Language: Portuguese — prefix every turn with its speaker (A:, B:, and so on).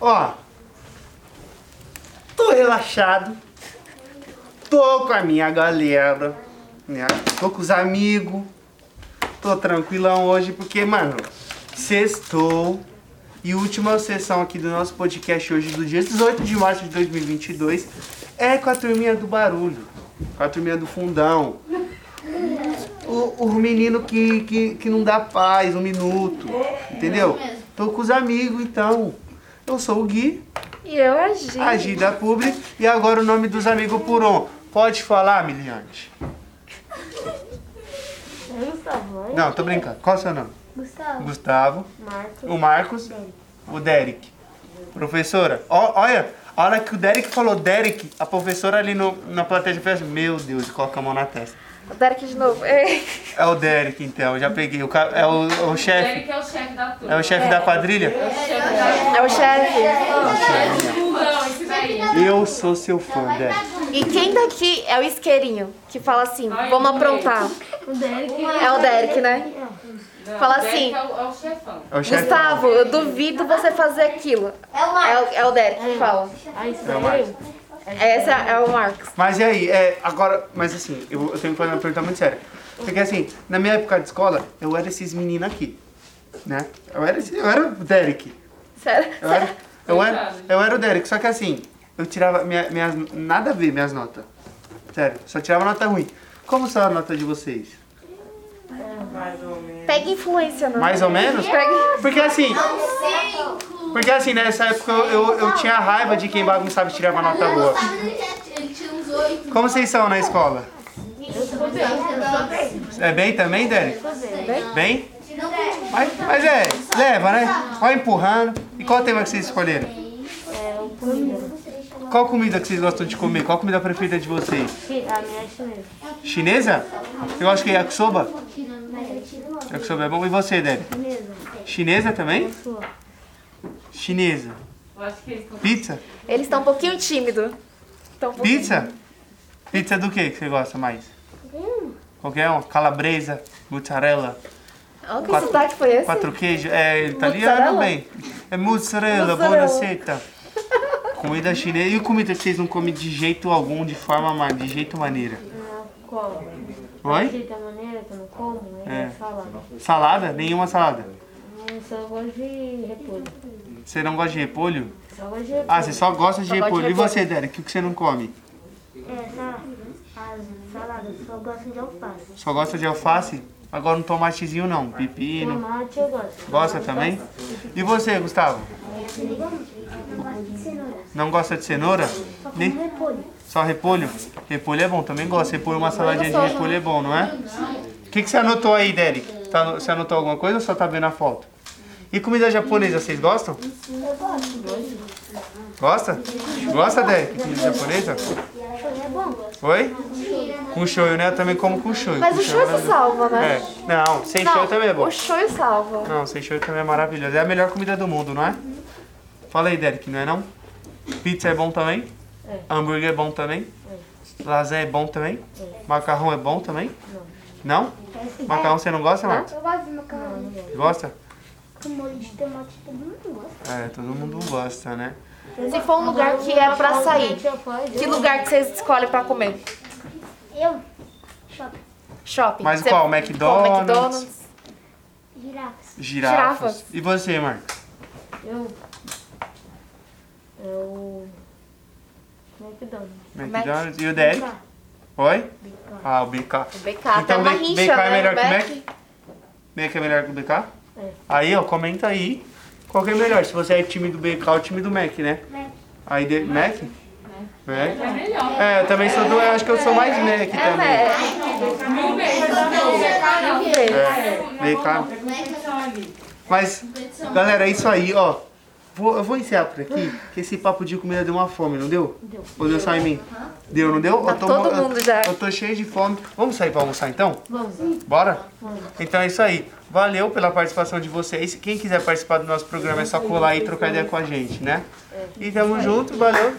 A: Ó, tô relaxado, tô com a minha galera, né? Tô com os amigos, tô tranquilão hoje porque, mano, sextou. E última sessão aqui do nosso podcast hoje, do dia 18 de março de 2022, é com a turminha do barulho, com a turminha do fundão. O, o menino que, que, que não dá paz, um minuto, entendeu? Tô com os amigos, então. Eu sou o Gui,
B: E eu agi.
A: Agida Publi, e agora o nome dos amigos por um. Pode falar, Miliante?
B: Gustavo.
A: Não, tô brincando. Qual é o seu nome?
B: Gustavo.
A: Gustavo.
B: Marcos.
A: O Marcos. O Derek. Professora, ó- olha, a hora que o Derek falou Derek, a professora ali no, na plateia já fez, assim, meu Deus, e coloca a mão na testa.
B: O Derek de novo. Ei.
A: É o Derek, então, já peguei. O, ca- é o, o chefe.
C: Ele que é o chefe da turma.
A: É o chefe da quadrilha?
B: É o chefe.
C: Não, isso daí.
A: Eu sou seu fã, Derek.
B: E quem daqui é o isqueirinho? Que fala assim,
C: Ai,
B: vamos
C: não
B: aprontar. É o Derek, né?
C: Não,
B: Fala
C: o Derek
B: assim.
C: É o, é o chefão.
A: É o chefe.
B: Gustavo, eu duvido você fazer aquilo. É o, é o Derek que fala.
A: É o Marcos.
B: Essa é o Marcos.
A: Mas e aí, é, agora, mas assim, eu, eu tenho que fazer uma pergunta muito séria. Porque assim, na minha época de escola, eu era esses meninos aqui, né? Eu era, esse- eu era o Derek.
B: Sério.
A: Eu era, eu era,
C: Coitado.
A: eu era o Derek, só que assim, eu tirava minha, minhas. Nada a ver minhas notas. Sério, só tirava nota ruim. Como são as notas de vocês?
B: Pega influência, não.
A: Mais ou menos?
B: Pega...
A: Porque assim. Porque assim, nessa época eu, eu, eu tinha raiva de quem bagunçava e tirava nota boa.
D: Ele tinha uns oito.
A: Como vocês são na escola?
D: Não
A: É bem também, Derek? Bem? Mas, mas é, leva, né? Vai empurrando. E qual tema que vocês escolheram? Qual comida que vocês gostam de comer? Qual comida preferida de vocês?
E: A minha é chinesa.
A: Chinesa? Eu acho que é yakisoba.
D: continua.
A: Yakisoba é bom. E você, Débora?
E: Chinesa.
A: Chinesa também? Chinesa.
C: Eu acho que eles estão.
A: Pizza?
B: Eles estão um pouquinho tímidos. Tão um pouquinho.
A: Pizza? Pizza do que que você gosta mais? Qualquer um? Calabresa, mozzarella,
B: Olha que
A: Quatro-
B: sotaque foi esse?
A: quatro queijos. É italiano
B: Mozzarella?
A: bem. É mozzarella,
B: Mozzarella.
A: bonaceta. Comida chinesa. E comida que vocês não comem de jeito algum, de forma ma- de jeito maneira?
E: Não como.
A: Oi?
E: De maneira que eu não como, é,
A: É.
E: salada.
A: Salada? Nenhuma salada.
E: Eu Hum, só gosto de repolho.
A: Você não gosta de repolho?
E: Só gosto de repolho.
A: Ah, você só gosta de
B: Só gosto de
A: repolho. E
B: repolho.
A: você, Derek, o que você não come?
E: É, salada. Salada, só gosto de alface.
A: Só gosta de alface? Agora um tomatezinho não, pepino.
E: Tomate eu gosto.
A: Gosta também? E você, Gustavo? Não gosta de cenoura? Nem? Só repolho? Repolho é bom, também gosto. Repolho, uma saladinha de repolho é bom, não é? O que, que você anotou aí, Derek? Tá ano- você anotou alguma coisa ou só tá vendo a foto? E comida japonesa, vocês gostam? Gosta? Gosta, Derek? Comida japonesa? Oi? Com shoyu, né? Eu também como com shoyu.
B: Mas
A: Com
B: o show
A: é
B: se salva, né?
A: é. Não, sem show também é bom.
B: o show salva.
A: Não, sem show também é maravilhoso. É a melhor comida do mundo, não é? Fala aí, Derek, não é não? Pizza é bom também?
E: É.
A: Hambúrguer é bom também? Lasanha é bom também? Macarrão é bom também? Não. Macarrão você não gosta, Marcos?
D: Eu gosto de macarrão
A: Gosta?
D: com molho de tomate, todo mundo gosta.
A: É, todo mundo gosta, né?
B: Se for um lugar que é pra sair,
E: Tomate eu gosto.
B: que lugar que vocês escolhem pra comer?
D: Eu,
B: Shopping.
A: Mas
B: Você-
A: qual? Então McDonald's?
B: Qual? McDonald's?
D: girafas.
A: Girafas.
B: Girafas.
A: E você, Marcos?
E: Eu... Eu... é McDonald's.
A: McDonald's? E o Derek? Oi? Ah, o BK.
B: BK. Até
A: Então,
B: uma
A: B-
B: rincha,
A: BK
B: né?
A: é melhor que
B: Mac.
A: Mac? BK é melhor que o BK?
E: É.
A: Aí, ó, comenta aí qual que é melhor. Se você é time do BK ou time do Mac, né?
D: Mac.
A: Aí, de... Mac?
C: É
A: Mac.
C: melhor.
A: É, eu também sou do... Eu acho que eu sou mais Mac
B: É,
A: também.
B: né?
C: Não vem, não vem.
A: É, BK. Mas, galera, é isso aí, ó. Vou- eu vou encerrar por aqui, que esse papo de comida deu uma fome, não deu? Deu. Ou deu só em mim? Deu, não deu?
B: Tá
A: eu tô,
B: todo
A: eu-
B: mundo já.
A: Eu tô cheio de fome. Vamos sair pra almoçar, então?
E: Vamos.
A: Bora? Então é isso aí. Valeu pela participação de vocês.
E: É
A: Quem quiser participar do nosso programa é só colar e trocar ideia com a gente, né? E tamo junto, valeu.